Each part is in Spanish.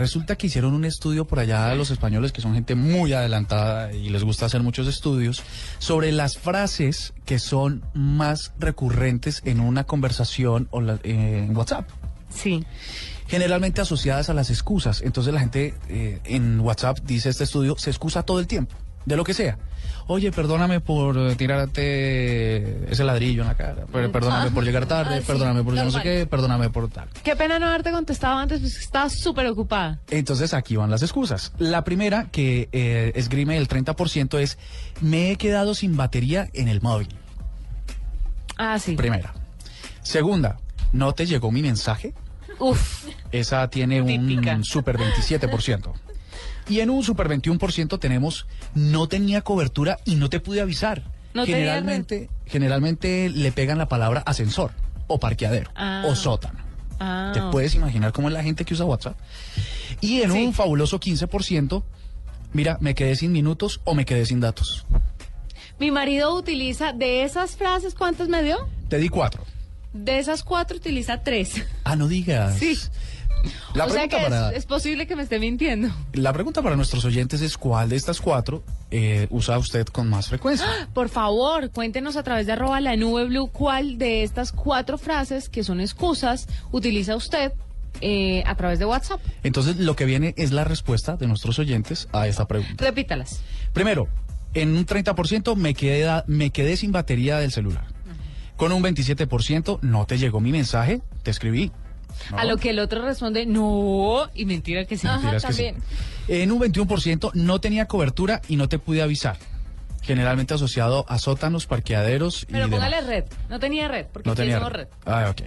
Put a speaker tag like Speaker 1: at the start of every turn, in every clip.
Speaker 1: Resulta que hicieron un estudio por allá de los españoles, que son gente muy adelantada y les gusta hacer muchos estudios, sobre las frases que son más recurrentes en una conversación o la- eh, en WhatsApp.
Speaker 2: Sí.
Speaker 1: Generalmente asociadas a las excusas. Entonces la gente eh, en WhatsApp, dice este estudio, se excusa todo el tiempo, de lo que sea. Oye, perdóname por eh, tirarte ese ladrillo en la cara. per- Perdóname por llegar tarde.
Speaker 2: Ah, sí,
Speaker 1: perdóname por yo no sé
Speaker 2: normal.
Speaker 1: qué. Perdóname por tal.
Speaker 2: Qué pena no haberte contestado antes, pues estaba súper ocupada.
Speaker 1: Entonces aquí van las excusas. La primera que eh, esgrime el 30% es me he quedado sin batería en el móvil.
Speaker 2: Ah, sí.
Speaker 1: Primera. Segunda, ¿no te llegó mi mensaje?
Speaker 2: Uf.
Speaker 1: Esa tiene
Speaker 2: Típica.
Speaker 1: un super 27%. Y en un super 21% tenemos no tenía cobertura y no te pude avisar.
Speaker 2: No tenía
Speaker 1: generalmente, generalmente le pegan la palabra ascensor o parqueadero
Speaker 2: Ah.
Speaker 1: o sótano.
Speaker 2: Ah,
Speaker 1: Te puedes imaginar cómo es la gente que usa WhatsApp. Y en
Speaker 2: Sí.
Speaker 1: un fabuloso 15%, mira, me quedé sin minutos o me quedé sin datos.
Speaker 2: Mi marido utiliza, de esas frases, ¿cuántas me dio?
Speaker 1: Te di cuatro.
Speaker 2: De esas cuatro utiliza tres.
Speaker 1: Ah, no digas.
Speaker 2: Sí.
Speaker 1: La
Speaker 2: o sea
Speaker 1: pregunta,
Speaker 2: que es-
Speaker 1: para,
Speaker 2: es, posible que me esté mintiendo.
Speaker 1: la pregunta para nuestros oyentes es cuál de estas cuatro eh, usa usted con más frecuencia.
Speaker 2: Por favor, cuéntenos a través de arroba la nube blue cuál de estas cuatro frases que son excusas utiliza usted eh, a través de WhatsApp.
Speaker 1: Entonces, lo que viene es la respuesta de nuestros oyentes a esta pregunta.
Speaker 2: Repítalas.
Speaker 1: Primero, en un 30% me quedé, me quedé sin batería del celular. Con un 27% no te llegó mi mensaje, te escribí. No.
Speaker 2: A lo que el otro responde, no, y mentira que sí.
Speaker 1: Mentiras que sí. En un 21% no tenía cobertura y no te pude avisar. Generalmente asociado a sótanos, parqueaderos
Speaker 2: Pero
Speaker 1: y
Speaker 2: póngale
Speaker 1: demás.
Speaker 2: red. No tenía red, porque
Speaker 1: No
Speaker 2: aquí
Speaker 1: tenía
Speaker 2: somos
Speaker 1: red. Ah, ok.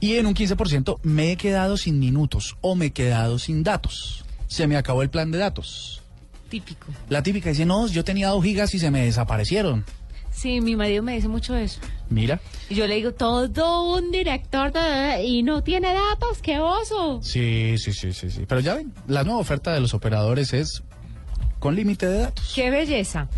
Speaker 1: Y en un 15% me he quedado sin minutos o me he quedado sin datos. Se me acabó el plan de datos.
Speaker 2: Típico.
Speaker 1: La típica dice, no, yo tenía 2 gigas y se me desaparecieron.
Speaker 2: Sí, mi marido me dice mucho eso.
Speaker 1: Mira,
Speaker 2: Y yo le digo, todo un director de- y no tiene datos, qué oso.
Speaker 1: sí, sí, sí, sí, sí. Pero ya ven, la nueva oferta de los operadores es con límite de datos.
Speaker 2: Qué belleza.